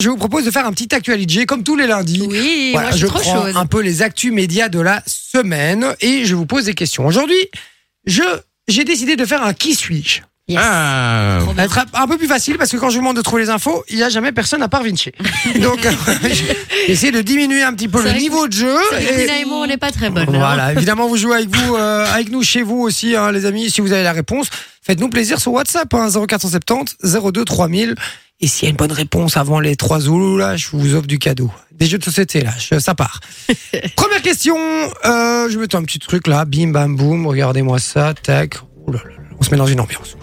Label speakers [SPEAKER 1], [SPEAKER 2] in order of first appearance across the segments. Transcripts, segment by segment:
[SPEAKER 1] Je vous propose de faire un petit actualité comme tous les lundis.
[SPEAKER 2] Oui,
[SPEAKER 1] Voilà,
[SPEAKER 2] moi je
[SPEAKER 1] je
[SPEAKER 2] suis trop
[SPEAKER 1] prends
[SPEAKER 2] chose.
[SPEAKER 1] un peu les actus médias de la semaine et je vous pose des questions. Aujourd'hui, je j'ai décidé de faire un qui suis-je.
[SPEAKER 2] Yes.
[SPEAKER 3] Ah,
[SPEAKER 2] Trop
[SPEAKER 1] Ça va
[SPEAKER 2] bien.
[SPEAKER 1] être un peu plus facile parce que quand je vous demande de trouver les infos, il n'y a jamais personne à part Vinci. Donc, j'ai essayé de diminuer un petit peu
[SPEAKER 2] C'est
[SPEAKER 1] le
[SPEAKER 2] vrai que-
[SPEAKER 1] niveau de jeu.
[SPEAKER 2] C'est que
[SPEAKER 1] et-
[SPEAKER 2] Tina et moi, on n'est pas très bonnes. alors.
[SPEAKER 1] Voilà, évidemment, vous jouez avec vous, euh, avec nous chez vous aussi, hein, les amis. Si vous avez la réponse, faites-nous plaisir sur WhatsApp, hein, 0470 02 3000. Et s'il y a une bonne réponse avant les trois zoulous, là, je vous offre du cadeau. Des jeux de société, là, je- ça part. Première question, euh, je vais mettre un petit truc là, bim bam boum, regardez-moi ça, tac. Ouh là là là, on se met dans une ambiance.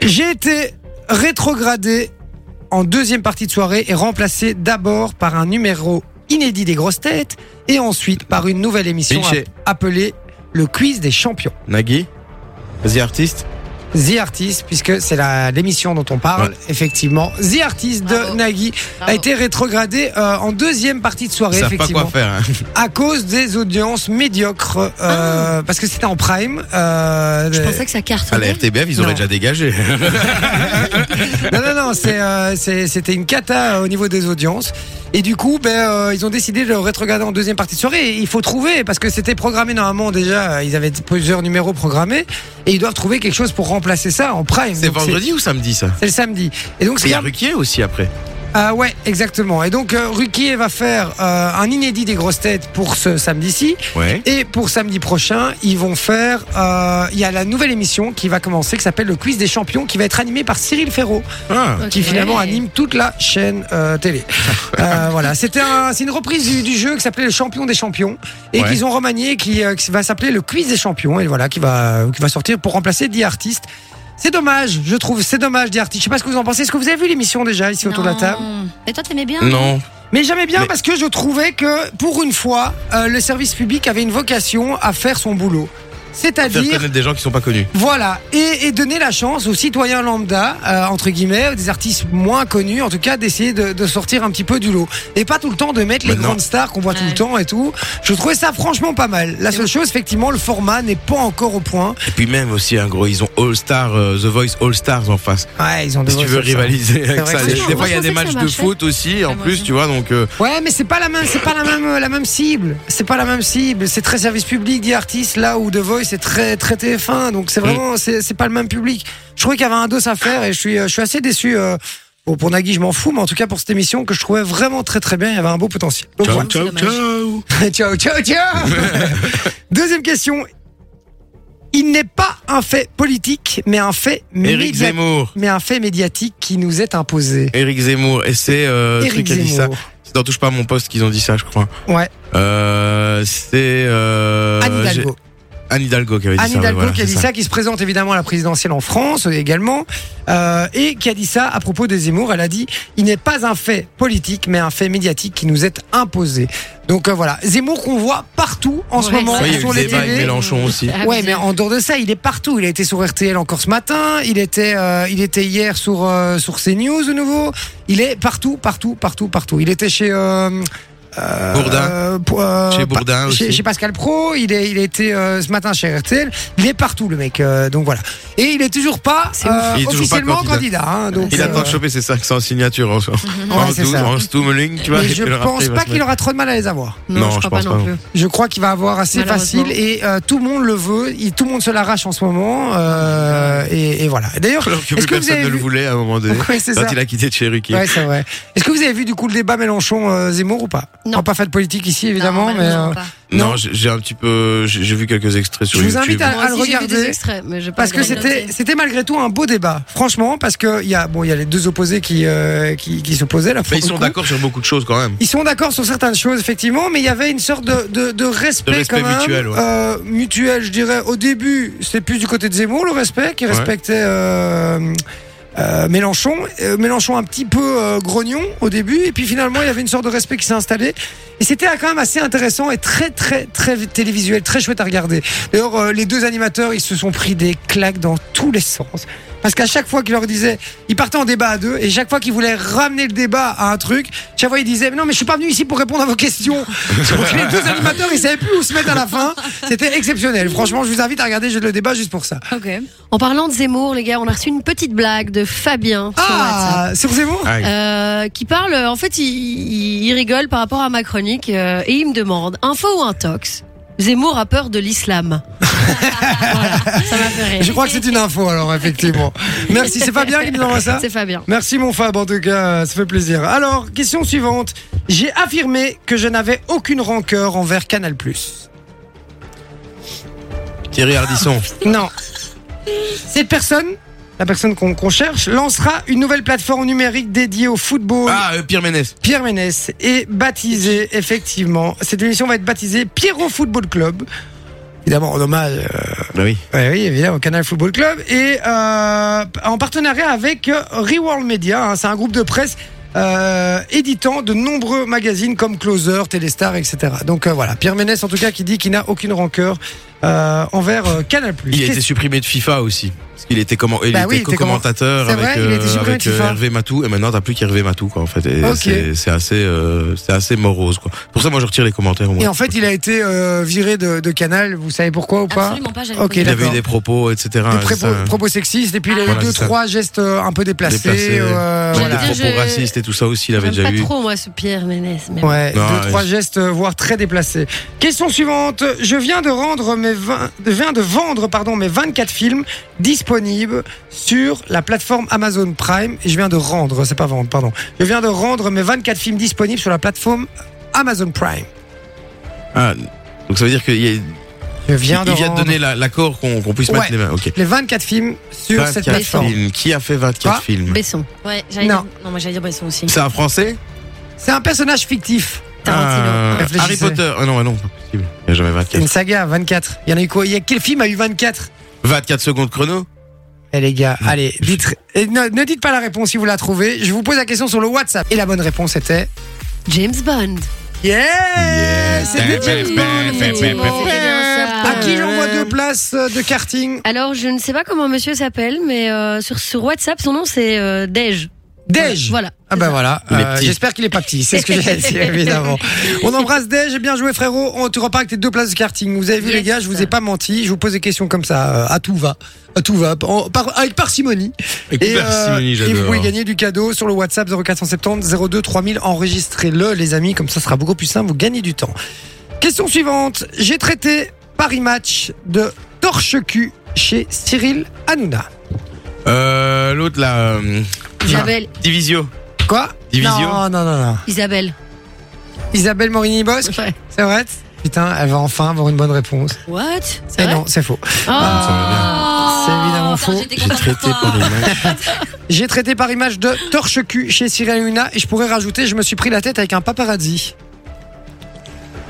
[SPEAKER 1] J'ai été rétrogradé en deuxième partie de soirée et remplacé d'abord par un numéro inédit des grosses têtes et ensuite par une nouvelle émission
[SPEAKER 3] Vinci.
[SPEAKER 1] app- appelée le quiz des champions.
[SPEAKER 3] Nagui The Artist
[SPEAKER 1] The Artist, puisque c'est la- l'émission dont on parle, effectivement. The Artist de
[SPEAKER 2] Bravo.
[SPEAKER 1] Nagui
[SPEAKER 2] Bravo.
[SPEAKER 1] a été rétrogradé euh, en deuxième partie de soirée,
[SPEAKER 3] Ils savent pas quoi
[SPEAKER 1] effectivement,
[SPEAKER 3] faire. hein.
[SPEAKER 1] à cause des audiences médiocres, euh, parce que c'était en prime. euh,
[SPEAKER 2] Ah. Je pensais que ça
[SPEAKER 3] À la
[SPEAKER 2] cartonnait.
[SPEAKER 3] RTBF, ils
[SPEAKER 1] Non.
[SPEAKER 3] auraient déjà dégagé.
[SPEAKER 1] Non, non, non, c'est, euh, c'est- c'était une cata euh, au niveau des audiences. Et du coup, ben, euh, ils ont décidé de le rétrograder en deuxième partie de soirée. Et il faut trouver, parce que c'était programmé normalement déjà, euh, ils avaient plusieurs numéros programmés, et ils doivent trouver quelque chose pour remplacer ça en prime.
[SPEAKER 3] C'est
[SPEAKER 1] Donc,
[SPEAKER 3] vendredi ou samedi ça
[SPEAKER 1] C'est, c'est le samedi. Et donc,
[SPEAKER 3] Et il
[SPEAKER 1] c'est
[SPEAKER 3] y a Ruquier aussi après.
[SPEAKER 1] ah ouais, exactement. Et donc, euh, Ruquier va faire euh, un inédit des grosses têtes pour ce samedi-ci.
[SPEAKER 3] Ouais.
[SPEAKER 1] Et pour samedi prochain, ils vont faire. euh, Il y a la nouvelle émission qui va commencer, qui s'appelle le Quiz des Champions, qui va être animée par Cyril Ferraud
[SPEAKER 3] Ah,
[SPEAKER 2] Ok.
[SPEAKER 1] qui finalement anime toute la chaîne euh, télé. Euh, voilà, c'était un- c'est une reprise du, du jeu qui s'appelait le Champion des Champions et
[SPEAKER 3] Ouais.
[SPEAKER 1] qu'ils ont remanié, qui, euh, qui va s'appeler le Quiz des Champions et voilà qui va qui va sortir pour remplacer The Artist. C'est dommage, je trouve, c'est dommage The Artist. Je sais pas ce que vous en pensez. Est-ce que vous avez vu l'émission déjà ici autour de la
[SPEAKER 2] Non.
[SPEAKER 1] table
[SPEAKER 2] Mais toi, t'aimais bien
[SPEAKER 3] non.
[SPEAKER 1] Mais jamais bien
[SPEAKER 3] Mais-
[SPEAKER 1] parce que je trouvais que pour une fois, euh, le service public avait une vocation à faire son boulot,
[SPEAKER 3] Faire
[SPEAKER 1] c'est-à-dire
[SPEAKER 3] connaître des gens qui sont pas connus.
[SPEAKER 1] voilà, et, et donner la chance aux citoyens lambda, euh, entre guillemets, ou des artistes moins connus, en tout cas, d'essayer de, de sortir un petit peu du lot. Et pas tout le temps de mettre les
[SPEAKER 3] Maintenant.
[SPEAKER 1] grandes stars qu'on voit tout le
[SPEAKER 2] Ouais.
[SPEAKER 1] temps et tout. Je trouvais ça franchement pas mal. La seule chose, effectivement, le format n'est pas encore au point.
[SPEAKER 3] Et puis même aussi, un gros, ils ont All Star, euh, The Voice All Stars en face.
[SPEAKER 1] Ouais, ils ont
[SPEAKER 3] Si tu veux
[SPEAKER 1] vrais succès.
[SPEAKER 3] rivaliser avec
[SPEAKER 1] vrai
[SPEAKER 3] ça.
[SPEAKER 1] que
[SPEAKER 3] Des
[SPEAKER 1] c'est
[SPEAKER 3] des fois, il y
[SPEAKER 2] chaud.
[SPEAKER 3] a des
[SPEAKER 2] Je pensais que
[SPEAKER 3] matchs
[SPEAKER 2] ça
[SPEAKER 3] de
[SPEAKER 2] marchait.
[SPEAKER 3] foot aussi en
[SPEAKER 2] moi
[SPEAKER 3] plus,
[SPEAKER 2] aussi.
[SPEAKER 3] tu vois. Donc, euh,
[SPEAKER 1] Ouais, mais c'est pas la même, c'est pas la même, euh, la même cible. C'est pas la même cible. C'est très service public, dit artiste, là où The Voice c'est très, très TF1. Donc c'est vraiment, c'est c'est pas le même public. Je trouvais qu'il y avait un dos à faire et je suis, euh, je suis assez déçu. euh, bon, pour Nagui, je m'en fous, mais en tout cas pour cette émission que je trouvais vraiment très, très bien. Il y avait un beau potentiel. Donc,
[SPEAKER 3] ciao,
[SPEAKER 1] voilà.
[SPEAKER 3] ciao,
[SPEAKER 2] C'est
[SPEAKER 3] ciao.
[SPEAKER 1] ciao, ciao, ciao. Deuxième question. Il n'est pas un fait politique, mais un fait
[SPEAKER 3] Eric
[SPEAKER 1] médiatique.
[SPEAKER 3] Zemmour.
[SPEAKER 1] Mais un fait médiatique qui nous est imposé.
[SPEAKER 3] Eric Zemmour. Et c'est euh, le
[SPEAKER 1] Éric
[SPEAKER 3] truc qui a dit ça.
[SPEAKER 1] Zemmour.
[SPEAKER 3] C'est dans Touche pas à mon poste qu'ils ont dit ça, je crois.
[SPEAKER 1] Ouais.
[SPEAKER 3] Euh, c'est. Euh,
[SPEAKER 1] Anne Hidalgo.
[SPEAKER 3] j'ai- Anne Hidalgo qui avait dit
[SPEAKER 1] Anne
[SPEAKER 3] ça. ouais,
[SPEAKER 1] Hidalgo
[SPEAKER 3] voilà,
[SPEAKER 1] qui a
[SPEAKER 3] c'est
[SPEAKER 1] dit ça. qui se présente évidemment à la présidentielle en France euh, également, euh, et qui a dit ça à propos des Zemmour. Elle a dit il n'est pas un fait politique, mais un fait médiatique qui nous est imposé. Donc euh, voilà, Zemmour qu'on voit partout en ce
[SPEAKER 2] Ouais,
[SPEAKER 1] moment
[SPEAKER 2] ça,
[SPEAKER 3] Oui, il y a eu
[SPEAKER 1] sur
[SPEAKER 3] le
[SPEAKER 1] les Ah
[SPEAKER 3] débat avec
[SPEAKER 1] télé.
[SPEAKER 3] Mélenchon. aussi.
[SPEAKER 2] C'est
[SPEAKER 1] Ouais,
[SPEAKER 2] abusé.
[SPEAKER 1] mais en dehors de ça, il est partout. Il a été sur RTL encore ce matin. Il était, euh, il était hier sur euh, sur CNews de nouveau. Il est partout, partout, partout, partout. Il était chez euh, euh,
[SPEAKER 3] Bourdin.
[SPEAKER 1] euh, pour, euh,
[SPEAKER 3] Chez
[SPEAKER 1] Pa-
[SPEAKER 3] Bourdin
[SPEAKER 1] chez,
[SPEAKER 3] aussi.
[SPEAKER 1] chez Pascal Pro. Il est, il était euh, ce matin chez RTL. Il est partout le mec. euh, donc voilà. Et il est toujours pas
[SPEAKER 2] C'est ouf.
[SPEAKER 1] euh,
[SPEAKER 3] Il est toujours pas
[SPEAKER 1] officiellement candidat.
[SPEAKER 3] candidat.
[SPEAKER 1] hein, donc,
[SPEAKER 3] Il
[SPEAKER 1] euh,
[SPEAKER 3] attend de choper ses 500 signatures en, en,
[SPEAKER 1] ouais, c'est
[SPEAKER 3] douze-
[SPEAKER 1] ça.
[SPEAKER 3] en stumbling, tu vois.
[SPEAKER 1] Mais
[SPEAKER 3] et
[SPEAKER 1] je
[SPEAKER 3] puis le rappeler,
[SPEAKER 1] pense
[SPEAKER 3] il va
[SPEAKER 1] pas
[SPEAKER 3] se
[SPEAKER 1] qu'il
[SPEAKER 3] mettre-
[SPEAKER 1] aura trop de mal à les avoir.
[SPEAKER 2] Non, je, crois pas non plus.
[SPEAKER 1] Je crois qu'il va avoir assez
[SPEAKER 2] Malheureusement.
[SPEAKER 1] facile et euh, tout le monde le veut. Il- tout le monde se l'arrache en ce moment. euh, et, et voilà. Et D'ailleurs,
[SPEAKER 3] Alors que
[SPEAKER 1] est-ce
[SPEAKER 3] plus
[SPEAKER 1] que vous
[SPEAKER 3] personne
[SPEAKER 1] avez
[SPEAKER 3] ne le
[SPEAKER 1] vu-
[SPEAKER 3] voulait à un moment donné.
[SPEAKER 1] Ouais, c'est
[SPEAKER 3] Quand
[SPEAKER 1] ça.
[SPEAKER 3] il a quitté Cherokee.
[SPEAKER 1] Ouais, c'est vrai. Est-ce que vous avez vu du coup le débat Mélenchon-Zemmour ou pas
[SPEAKER 2] Non.
[SPEAKER 1] On pas fait de politique ici, évidemment,
[SPEAKER 2] Non,
[SPEAKER 1] mais
[SPEAKER 2] malheureusement
[SPEAKER 1] euh,
[SPEAKER 2] pas.
[SPEAKER 3] Non,
[SPEAKER 1] Non.
[SPEAKER 3] j'ai j'ai un petit peu. J'ai j'ai vu quelques extraits sur
[SPEAKER 1] Je vous
[SPEAKER 3] YouTube. Bah,
[SPEAKER 1] invite à-
[SPEAKER 2] Moi
[SPEAKER 1] le
[SPEAKER 2] aussi, j'ai vu
[SPEAKER 1] regarder.
[SPEAKER 2] des extraits, mais j'ai pas
[SPEAKER 1] parce que
[SPEAKER 2] regardé.
[SPEAKER 1] c'était c'était malgré tout un beau débat, franchement, parce que il y a bon, il y a les deux opposés qui euh, qui, qui s'opposaient là. pour
[SPEAKER 3] Mais ils
[SPEAKER 1] le
[SPEAKER 3] sont
[SPEAKER 1] coup.
[SPEAKER 3] d'accord sur beaucoup de choses quand même.
[SPEAKER 1] Ils sont d'accord sur certaines choses, effectivement, mais il y avait une sorte de, de, de respect,
[SPEAKER 3] De respect
[SPEAKER 1] quand même.
[SPEAKER 3] mutuel, ouais.
[SPEAKER 1] euh, mutuel, je dirais. Au début, c'était plus du côté de Zemmour, le respect, qui
[SPEAKER 3] Ouais.
[SPEAKER 1] respectait euh, euh, Mélenchon. Euh, Mélenchon un petit peu euh, grognon au début, et puis finalement, il y avait une sorte de respect qui s'est installé. Et c'était quand même assez intéressant et très, très, très télévisuel, très chouette à regarder. D'ailleurs, euh, les deux animateurs, ils se sont pris des claques dans tous les sens. Parce qu'à chaque fois qu'il leur disait, ils partaient en débat à deux, et chaque fois qu'ils voulaient ramener le débat à un truc, chaque fois ils disaient, mais non, mais je suis pas venu ici pour répondre à vos questions. Donc les deux animateurs, ils savaient plus où se mettre à la fin. C'était exceptionnel. Franchement, je vous invite à regarder Jeu de le débat juste pour ça.
[SPEAKER 2] Ok. En parlant de Zemmour, les gars, on a reçu une petite blague de Fabien sur WhatsApp.
[SPEAKER 1] Ah, c'est vous
[SPEAKER 3] Ah,
[SPEAKER 2] Euh, qui parle, en fait, il, il- il rigole par rapport à ma chronique euh, et il me demande info ou intox Zemmour a peur de l'islam. Voilà, ça m'a fait
[SPEAKER 1] Je
[SPEAKER 2] rire.
[SPEAKER 1] crois que c'est une info, alors, effectivement. Merci. C'est Fabien qui nous envoie ça?
[SPEAKER 2] C'est Fabien.
[SPEAKER 1] Merci mon Fab, en tout cas, ça fait plaisir. Alors, question suivante. J'ai affirmé que je n'avais aucune rancœur envers Canal+. Euh,
[SPEAKER 3] Thierry Ardisson.
[SPEAKER 1] Non. Cette personne, la personne qu'on qu'on cherche, lancera une nouvelle plateforme numérique dédiée au football.
[SPEAKER 3] Ah, euh, Pierre Ménès.
[SPEAKER 1] Pierre Ménès est baptisée, effectivement. Cette émission va être baptisée Pierrot Football Club. Évidemment, en hommage euh,
[SPEAKER 3] Bah oui.
[SPEAKER 1] Ouais, oui, évidemment, Canal Football Club. Et euh, en partenariat avec euh, Reworld Media, hein, c'est un groupe de presse euh, éditant de nombreux magazines comme Closer, Téléstar, etc. Donc euh, voilà, Pierre Ménès en tout cas qui dit qu'il n'a aucune rancœur euh, envers euh, Canal+.
[SPEAKER 3] Il a
[SPEAKER 1] Qu'est-ce-
[SPEAKER 3] été supprimé de FIFA aussi. Parce qu'il était, comment... il
[SPEAKER 1] Bah oui, il
[SPEAKER 3] était
[SPEAKER 1] était
[SPEAKER 3] co-commentateur
[SPEAKER 1] comment- C'est
[SPEAKER 3] avec, euh,
[SPEAKER 1] vrai, il a été supprimé
[SPEAKER 3] avec
[SPEAKER 1] de FIFA.
[SPEAKER 3] Hervé Matou. Et maintenant, t'as plus qu'Hervé Matou, quoi, en fait. Et
[SPEAKER 1] Ok.
[SPEAKER 3] c'est- C'est assez, euh, c'est assez morose, quoi. Pour ça, moi, je retire les commentaires. au moins.
[SPEAKER 1] Et en fait, il a été euh, viré de, de Canal, vous savez pourquoi ou pas
[SPEAKER 2] Absolument pas, j'avais
[SPEAKER 1] Ok,
[SPEAKER 2] connu.
[SPEAKER 3] Il avait eu
[SPEAKER 1] d'accord.
[SPEAKER 3] des propos, etc.
[SPEAKER 1] Des
[SPEAKER 3] hein, c'est
[SPEAKER 1] propos,
[SPEAKER 3] ça, hein.
[SPEAKER 1] propos sexistes, et puis il a eu
[SPEAKER 3] Voilà,
[SPEAKER 1] deux,
[SPEAKER 3] c'est ça.
[SPEAKER 1] trois gestes euh, un peu déplacés.
[SPEAKER 3] Déplacés,
[SPEAKER 1] euh,
[SPEAKER 3] Même
[SPEAKER 1] voilà.
[SPEAKER 3] Des propos
[SPEAKER 2] J'allais dire, je-
[SPEAKER 3] racistes et tout ça aussi, il avait
[SPEAKER 2] J'aime
[SPEAKER 3] déjà
[SPEAKER 2] pas
[SPEAKER 3] eu.
[SPEAKER 2] trop, moi, ce Pierre Ménès. mais bon.
[SPEAKER 1] Ouais,
[SPEAKER 3] Non,
[SPEAKER 1] deux,
[SPEAKER 3] ouais.
[SPEAKER 1] trois gestes, euh, voire très déplacés. Question suivante. Je viens de rendre mes 20 viens de vendre, pardon, mes 24 films disponibles sur la plateforme Amazon Prime. Et je viens de rendre, c'est pas vendre, pardon. Je viens de rendre mes 24 films disponibles sur la plateforme Amazon Prime.
[SPEAKER 3] Ah, donc ça veut dire qu'il y a-
[SPEAKER 1] Je viens de
[SPEAKER 3] il vient de
[SPEAKER 1] rendre
[SPEAKER 3] donner la- l'accord qu'on qu'on puisse
[SPEAKER 1] Ouais.
[SPEAKER 3] mettre les mains. Ok.
[SPEAKER 1] les 24 films sur cette
[SPEAKER 3] 24
[SPEAKER 1] plateforme.
[SPEAKER 3] films. Qui a fait 24
[SPEAKER 1] Quoi
[SPEAKER 3] films
[SPEAKER 2] Besson.
[SPEAKER 4] Ouais, j'allais
[SPEAKER 1] Non.
[SPEAKER 4] dire. Non, moi j'allais dire Bresson aussi.
[SPEAKER 3] C'est un français
[SPEAKER 1] C'est un personnage fictif.
[SPEAKER 2] Tarantino.
[SPEAKER 3] Ah,
[SPEAKER 1] Réfléchissez.
[SPEAKER 3] Harry Potter. Ah non, ah non, pas possible. Il n'y a jamais
[SPEAKER 1] C'est une
[SPEAKER 3] 24.
[SPEAKER 1] saga, 24. Il y en a eu quoi Il y a quel film a eu 24
[SPEAKER 3] 24 secondes chrono
[SPEAKER 1] Eh les gars, allez, dites, et ne, ne dites pas la réponse si vous la trouvez. Je vous pose la question sur le WhatsApp. Et la bonne réponse était.
[SPEAKER 2] James Bond.
[SPEAKER 1] Yeah,
[SPEAKER 3] Yeah.
[SPEAKER 1] C'est
[SPEAKER 3] James
[SPEAKER 1] James
[SPEAKER 3] Bond,
[SPEAKER 1] Bond,
[SPEAKER 3] James
[SPEAKER 1] effectivement.
[SPEAKER 3] Bond.
[SPEAKER 2] C'est bien ça.
[SPEAKER 1] À qui j'envoie deux places euh, de karting
[SPEAKER 2] Alors, je ne sais pas comment monsieur s'appelle, mais euh, sur, sur WhatsApp, son nom, c'est euh, Dej.
[SPEAKER 1] Dej
[SPEAKER 2] Voilà.
[SPEAKER 1] Ah ben voilà,
[SPEAKER 3] Il est
[SPEAKER 1] euh,
[SPEAKER 3] petit.
[SPEAKER 1] j'espère qu'il est pas petit, c'est ce que j'ai dit évidemment. On embrasse Dej, Eh bien joué frérot, on te repart avec tes deux places de karting. Vous avez vu
[SPEAKER 2] Yes.
[SPEAKER 1] les gars, je vous ai pas menti, je vous pose des questions comme ça, euh, à tout va, à tout va, en- par- avec parcimonie. Et, euh, et vous pouvez gagner du cadeau sur le WhatsApp 0470 02 3000. Enregistrez-le, les amis, comme ça ce sera beaucoup plus simple. Vous gagnez du temps. Question suivante. J'ai traité Paris Match de torche-cul chez Cyril Hanouna.
[SPEAKER 3] Euh, L'autre là, euh,
[SPEAKER 1] Ah.
[SPEAKER 2] Isabelle.
[SPEAKER 3] Divisio.
[SPEAKER 1] Quoi
[SPEAKER 3] Divisio
[SPEAKER 1] Non, non, non, non.
[SPEAKER 2] Isabelle.
[SPEAKER 1] Isabelle Morini-Bosque,
[SPEAKER 2] Ouais.
[SPEAKER 1] c'est vrai Putain, elle va enfin avoir une bonne réponse.
[SPEAKER 2] What
[SPEAKER 1] Et
[SPEAKER 2] C'est vrai
[SPEAKER 1] Eh non, c'est faux.
[SPEAKER 2] Ah.
[SPEAKER 1] C'est évidemment
[SPEAKER 4] Putain,
[SPEAKER 1] faux.
[SPEAKER 4] j'étais
[SPEAKER 3] J'ai
[SPEAKER 4] contente pour
[SPEAKER 3] traité
[SPEAKER 4] toi.
[SPEAKER 3] par les mains.
[SPEAKER 1] J'ai traité Paris Match de torche-cul chez Cyril Hanouna et je pourrais rajouter, je me suis pris la tête avec un paparazzi.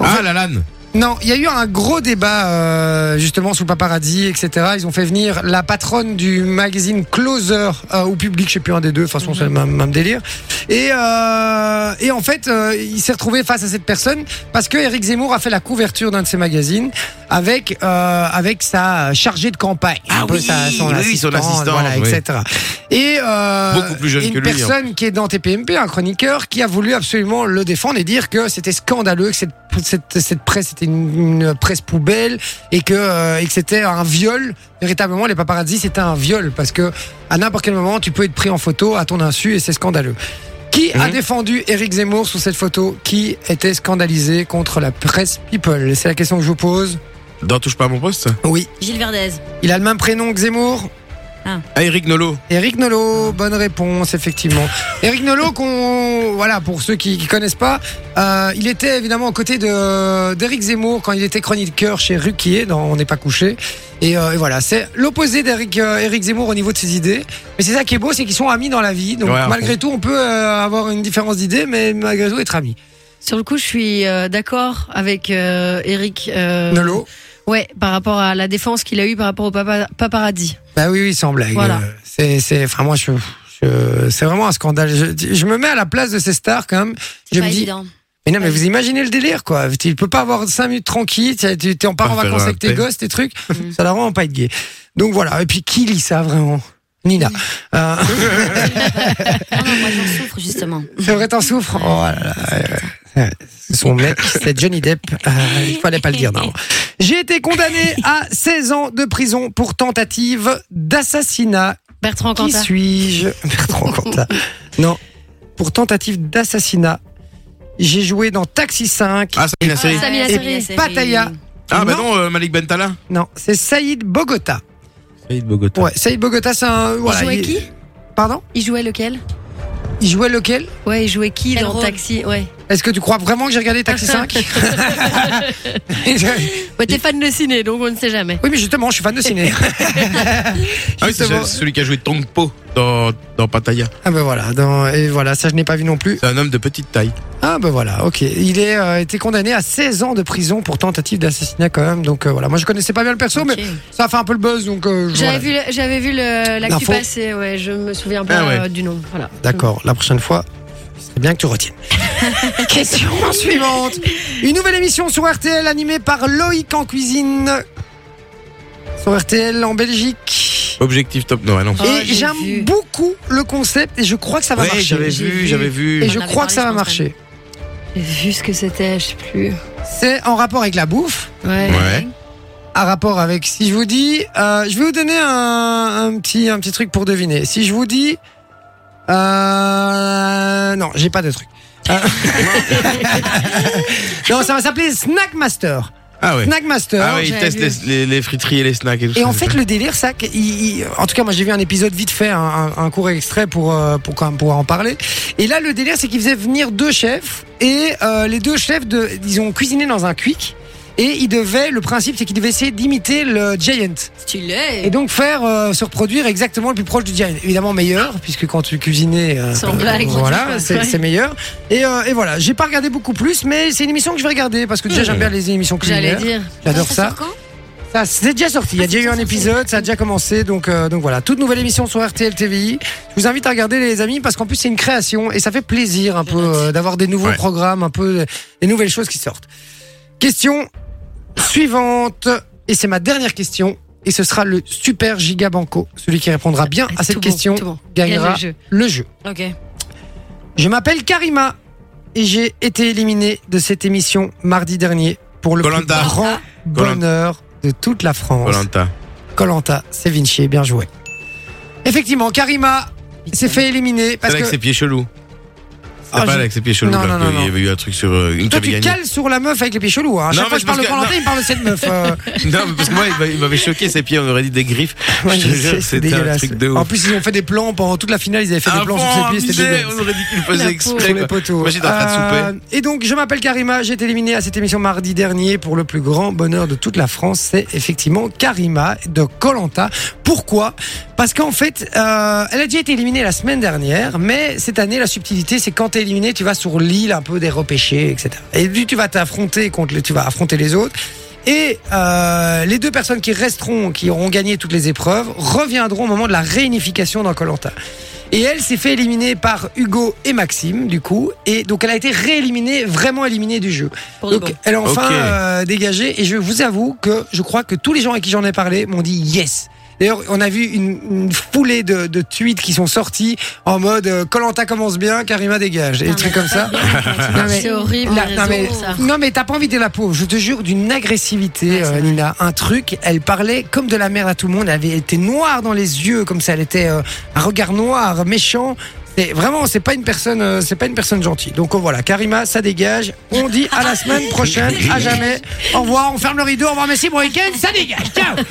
[SPEAKER 3] Ah, la LAN.
[SPEAKER 1] Non, il y a eu un gros débat euh, justement sous paparazzi, etc. Ils ont fait venir la patronne du magazine Closer euh, au public, je sais plus un des deux, de toute façon c'est le même, même délire. Et, euh, et en fait, euh, il s'est retrouvé face à cette personne parce que Eric Zemmour a fait la couverture d'un de ses magazines avec euh, avec sa chargée de campagne,
[SPEAKER 3] Ah
[SPEAKER 1] un peu
[SPEAKER 3] oui,
[SPEAKER 1] sa- son
[SPEAKER 3] oui, oui,
[SPEAKER 1] assistante,
[SPEAKER 3] son assistante,
[SPEAKER 1] voilà,
[SPEAKER 3] oui.
[SPEAKER 1] etc. Et euh,
[SPEAKER 3] Beaucoup plus jeune
[SPEAKER 1] une
[SPEAKER 3] que lui, hein.
[SPEAKER 1] personne qui est dans TPMP, un chroniqueur, qui a voulu absolument le défendre et dire que c'était scandaleux, que cette, cette, cette presse était une, une presse poubelle et que, euh, et que c'était un viol. Véritablement, les paparazzis, c'était un viol parce que à n'importe quel moment, tu peux être pris en photo à ton insu et c'est scandaleux. Qui a
[SPEAKER 3] Mhm.
[SPEAKER 1] défendu Eric Zemmour sur cette photo Qui était scandalisé contre la presse People C'est la question que je vous pose.
[SPEAKER 3] Dans Touche pas à mon poste
[SPEAKER 1] Oui.
[SPEAKER 4] Gilles Verdez.
[SPEAKER 1] Il a le même prénom que Zemmour
[SPEAKER 3] Ah, Eric Nolot.
[SPEAKER 1] Eric Nolot, bonne réponse, effectivement. Eric Nolot, qu'on, voilà, pour ceux qui, qui connaissent pas, euh, il était évidemment aux côtés de, d'Eric Zemmour quand il était chroniqueur chez Ruquier, dans On n'est pas couché. Et, euh, et voilà, c'est l'opposé d'Eric euh, Eric Zemmour au niveau de ses idées. Mais c'est ça qui est beau, c'est qu'ils sont amis dans la vie. Donc
[SPEAKER 3] Ouais, à
[SPEAKER 1] malgré tout, on peut euh, avoir une différence d'idées, mais malgré tout, être amis.
[SPEAKER 2] Sur le coup, je suis euh, d'accord avec euh, Eric. euh,
[SPEAKER 1] Nolot,
[SPEAKER 2] Ouais, par rapport à la défense qu'il a eue par rapport au papa, paparazzi.
[SPEAKER 1] bah oui, oui, sans blague.
[SPEAKER 2] Voilà.
[SPEAKER 1] Euh, C'est, c'est, enfin, moi, je, je- c'est vraiment un scandale. Je, je me mets à la place de ces stars quand même.
[SPEAKER 4] C'est
[SPEAKER 1] Je
[SPEAKER 4] pas
[SPEAKER 1] me dis,
[SPEAKER 4] évident.
[SPEAKER 1] Mais non, mais vous imaginez le délire, quoi. Tu peux pas avoir 5 minutes tranquille, tu tu- t'es en part en
[SPEAKER 3] Pas faire
[SPEAKER 1] vacances
[SPEAKER 3] un
[SPEAKER 1] avec tes
[SPEAKER 3] thé.
[SPEAKER 1] gosses, tes trucs. Ça la rend pas être gay. Donc voilà. Et puis, qui lit ça vraiment Nina. Euh,
[SPEAKER 4] Ah non, moi j'en souffre justement.
[SPEAKER 1] c'est vrai, t'en souffres Oh là là, euh, Son mec, c'est Johnny Depp. Euh, il fallait pas le dire, non. J'ai été condamné à 16 ans de prison pour tentative d'assassinat.
[SPEAKER 2] Bertrand
[SPEAKER 1] Qui
[SPEAKER 2] Cantat.
[SPEAKER 1] suis-je Bertrand Cantat. Non, pour tentative d'assassinat. J'ai joué dans Taxi 5.
[SPEAKER 3] Ah, ça, une série.
[SPEAKER 2] Samina Seri.
[SPEAKER 1] Pattaya.
[SPEAKER 3] Ah, bah
[SPEAKER 1] non.
[SPEAKER 3] non, euh, Malik Bentala.
[SPEAKER 1] Non, c'est Saïd Bogota.
[SPEAKER 3] Saïd Bogota.
[SPEAKER 1] Ouais, Saïd Bogota, c'est un.
[SPEAKER 2] Il
[SPEAKER 1] voilà,
[SPEAKER 2] jouait
[SPEAKER 1] il-
[SPEAKER 2] qui
[SPEAKER 1] Pardon
[SPEAKER 2] Il jouait lequel
[SPEAKER 1] Il jouait lequel
[SPEAKER 2] Ouais, il jouait qui
[SPEAKER 4] Quel
[SPEAKER 2] dans
[SPEAKER 4] rôle
[SPEAKER 2] Taxi Ouais.
[SPEAKER 1] Est-ce que tu crois vraiment que j'ai regardé Taxi 5 Oui,
[SPEAKER 2] Ouais, t'es fan de ciné, donc on ne sait jamais.
[SPEAKER 1] mais justement, je suis fan de ciné.
[SPEAKER 3] Ah oui, c'est
[SPEAKER 1] Justement.
[SPEAKER 3] celui qui a joué Tongpo dans, dans Pattaya.
[SPEAKER 1] Ah ben voilà, dans- et voilà, ça je n'ai pas vu non plus.
[SPEAKER 3] C'est un homme de petite taille.
[SPEAKER 1] Ah ben voilà, ok. Il est euh, été condamné à 16 ans de prison pour tentative d'assassinat quand même. Donc euh, voilà, moi je connaissais pas bien le perso, mais ça a fait un peu le buzz, donc euh, je-
[SPEAKER 2] J'avais
[SPEAKER 1] voilà.
[SPEAKER 2] vu, le- j'avais vu le- l'actu
[SPEAKER 1] L'info.
[SPEAKER 2] passer, ouais, je me souviens pas
[SPEAKER 3] Ah ouais.
[SPEAKER 2] euh, du nom. Voilà.
[SPEAKER 1] D'accord, la prochaine fois, c'est bien que tu retiennes. Question suivante. Une nouvelle émission sur RTL animée par Loïc en cuisine. Sur RTL en Belgique.
[SPEAKER 3] Objectif top. Non, ah non.
[SPEAKER 2] Oh,
[SPEAKER 1] et
[SPEAKER 2] j'ai vu.
[SPEAKER 1] j'aime beaucoup le concept et je crois que ça va
[SPEAKER 3] ouais,
[SPEAKER 1] marcher.
[SPEAKER 3] j'avais
[SPEAKER 2] j'ai
[SPEAKER 3] vu,
[SPEAKER 2] vu.
[SPEAKER 3] j'avais vu.
[SPEAKER 1] Et
[SPEAKER 2] On
[SPEAKER 1] je
[SPEAKER 2] en avait
[SPEAKER 1] crois que ça va
[SPEAKER 2] parlé, je pense,
[SPEAKER 1] marcher.
[SPEAKER 2] J'ai vu ce que c'était, je sais plus.
[SPEAKER 1] C'est en rapport avec la bouffe,
[SPEAKER 2] Ouais.
[SPEAKER 3] Ouais.
[SPEAKER 1] à rapport avec, si je vous dis, euh, je vais vous donner un, un petit, un petit truc pour deviner. Si je vous dis... Euh, non, j'ai pas de truc. Euh, non, ça va s'appeler Snack Master.
[SPEAKER 3] Ah ouais.
[SPEAKER 1] Snack Master.
[SPEAKER 3] Ah ouais, il
[SPEAKER 2] j'avais
[SPEAKER 3] teste les,
[SPEAKER 2] vu.
[SPEAKER 3] les- les friteries et les snacks et tout
[SPEAKER 1] Et
[SPEAKER 3] ça.
[SPEAKER 1] en fait, le délire, ça, qu'il- il- en tout cas, moi j'ai vu un épisode vite fait, un, un- un court extrait pour, euh, pour quand même pouvoir en parler. Et là, le délire, c'est qu'ils faisaient venir deux chefs et euh, les deux chefs, de, ils ont cuisiné dans un quick. Et ils devaient, le principe, c'est qu'ils devaient essayer d'imiter le Giant. Et
[SPEAKER 4] Stylé.
[SPEAKER 1] donc faire euh, se reproduire exactement le plus proche du Giant. Évidemment meilleur, puisque quand tu cuisinais, euh,
[SPEAKER 2] Sans blague,
[SPEAKER 1] voilà,
[SPEAKER 2] produit,
[SPEAKER 1] c'est
[SPEAKER 2] ouais.
[SPEAKER 1] c'est meilleur. Et, euh, et voilà, j'ai pas regardé beaucoup plus, mais c'est une émission que je vais regarder, parce que déjà
[SPEAKER 3] Mmh.
[SPEAKER 1] j'aime bien les émissions
[SPEAKER 2] Hmm. J'allais
[SPEAKER 1] culinaires.
[SPEAKER 2] dire.
[SPEAKER 1] J'adore ça.
[SPEAKER 4] sort quand
[SPEAKER 1] Ça, c'est déjà sorti. Il y
[SPEAKER 2] Ah,
[SPEAKER 1] a déjà eu un épisode, ça a déjà commencé. Donc, euh, donc voilà, toute nouvelle émission sur RTL TVI. Je vous invite à regarder, les amis, parce qu'en plus, c'est une création et ça fait plaisir un peu euh, d'avoir des nouveaux
[SPEAKER 3] Ouais.
[SPEAKER 1] programmes, un peu euh, des nouvelles choses qui sortent. Question suivante. Et c'est ma dernière question. Et ce sera le super giga banco. Celui qui répondra bien à Ah, cette
[SPEAKER 2] Ah, Tout bon,
[SPEAKER 1] question
[SPEAKER 2] tout bon.
[SPEAKER 1] gagnera
[SPEAKER 2] Gagne le jeu.
[SPEAKER 1] le jeu.
[SPEAKER 2] Ok.
[SPEAKER 1] Je m'appelle Karima et j'ai été éliminé de cette émission mardi dernier pour le plus
[SPEAKER 3] Koh-Lanta.
[SPEAKER 2] Ah.
[SPEAKER 1] grand bonheur de toute la France.
[SPEAKER 3] Koh-Lanta.
[SPEAKER 1] Colanta, c'est Vinci, bien joué. Effectivement, Karima s'est fait éliminer
[SPEAKER 3] Celle
[SPEAKER 1] parce
[SPEAKER 3] avec
[SPEAKER 1] que
[SPEAKER 3] ses pieds chelous.
[SPEAKER 1] Ah,
[SPEAKER 3] Ah, pas
[SPEAKER 1] je-
[SPEAKER 3] avec ses pieds chelous.
[SPEAKER 1] Non,
[SPEAKER 3] là,
[SPEAKER 1] non, non,
[SPEAKER 3] il y
[SPEAKER 1] non.
[SPEAKER 3] avait eu un truc sur euh, une qui
[SPEAKER 1] toi
[SPEAKER 3] avait
[SPEAKER 1] tu
[SPEAKER 3] gagné.
[SPEAKER 1] cales sur la meuf avec les pieds chelous. Hein. À
[SPEAKER 3] Non,
[SPEAKER 1] Chaque
[SPEAKER 3] mais
[SPEAKER 1] fois que je
[SPEAKER 3] c'est
[SPEAKER 1] parle de
[SPEAKER 3] parce que-
[SPEAKER 1] Colanta, il me parle de cette meuf. euh.
[SPEAKER 3] Non, mais parce que moi, il m'a- il m'avait choqué ses pieds, on aurait dit des griffes.
[SPEAKER 1] Ouais,
[SPEAKER 3] je
[SPEAKER 1] je
[SPEAKER 3] te
[SPEAKER 1] sais,
[SPEAKER 3] jure, c'était un truc de
[SPEAKER 1] En
[SPEAKER 3] ouf.
[SPEAKER 1] plus, ils ont fait des plans pendant toute la finale. Ils avaient fait
[SPEAKER 3] Ah
[SPEAKER 1] des plans sur
[SPEAKER 3] bon,
[SPEAKER 1] ses pieds. C'était
[SPEAKER 3] abusé,
[SPEAKER 1] dégueulasse.
[SPEAKER 3] on aurait dit qu'il le faisait
[SPEAKER 2] La
[SPEAKER 1] Sur
[SPEAKER 3] exprès.
[SPEAKER 1] les
[SPEAKER 3] quoi.
[SPEAKER 1] poteaux. Euh,
[SPEAKER 3] Moi, j'étais en train de souper.
[SPEAKER 1] et donc, je m'appelle Karima. J'ai été éliminé à cette émission mardi dernier pour le plus grand bonheur de toute la France. C'est effectivement Karima de Colanta. Pourquoi Parce qu'en fait, euh, elle a déjà été éliminée la semaine dernière, mais cette année, la subtilité, c'est quand t'es éliminé, tu vas sur l'île un peu des repêchés, etc. Et puis, tu vas t'affronter contre, les- tu vas affronter les autres. Et euh, les deux personnes qui resteront, qui auront gagné toutes les épreuves, reviendront au moment de la réunification dans Colanta. Et elle s'est fait éliminer par Hugo et Maxime, du coup. Et donc, elle a été rééliminée, vraiment éliminée du jeu.
[SPEAKER 4] Pour de
[SPEAKER 1] donc,
[SPEAKER 4] bon.
[SPEAKER 1] elle est enfin
[SPEAKER 3] Ok.
[SPEAKER 1] euh, dégagée. Et je vous avoue que je crois que tous les gens à qui j'en ai parlé m'ont dit yes. D'ailleurs, on a vu une, une foulée de, de tweets qui sont sortis en mode Colanta commence bien, Karima dégage. Et des trucs comme ça. Non, mais-
[SPEAKER 2] C'est horrible.
[SPEAKER 1] La-
[SPEAKER 2] les
[SPEAKER 1] non,
[SPEAKER 2] réseaux,
[SPEAKER 1] Ah, mais,
[SPEAKER 2] ça.
[SPEAKER 1] non mais t'as pas envie de la pauvre, je te jure, d'une agressivité,
[SPEAKER 2] Ouais, c'est
[SPEAKER 1] euh,
[SPEAKER 2] vrai.
[SPEAKER 1] Nina. Un truc, elle parlait comme de la merde à tout le monde, elle avait été noire dans les yeux, comme ça, elle était euh, un regard noir, méchant. C'est vraiment, c'est pas une personne, euh, c'est pas une personne gentille. Donc euh, voilà, Karima, ça dégage. On dit à la semaine prochaine, à jamais. Au revoir, on ferme le rideau, au revoir, merci, bon week-end, ça dégage. Ciao.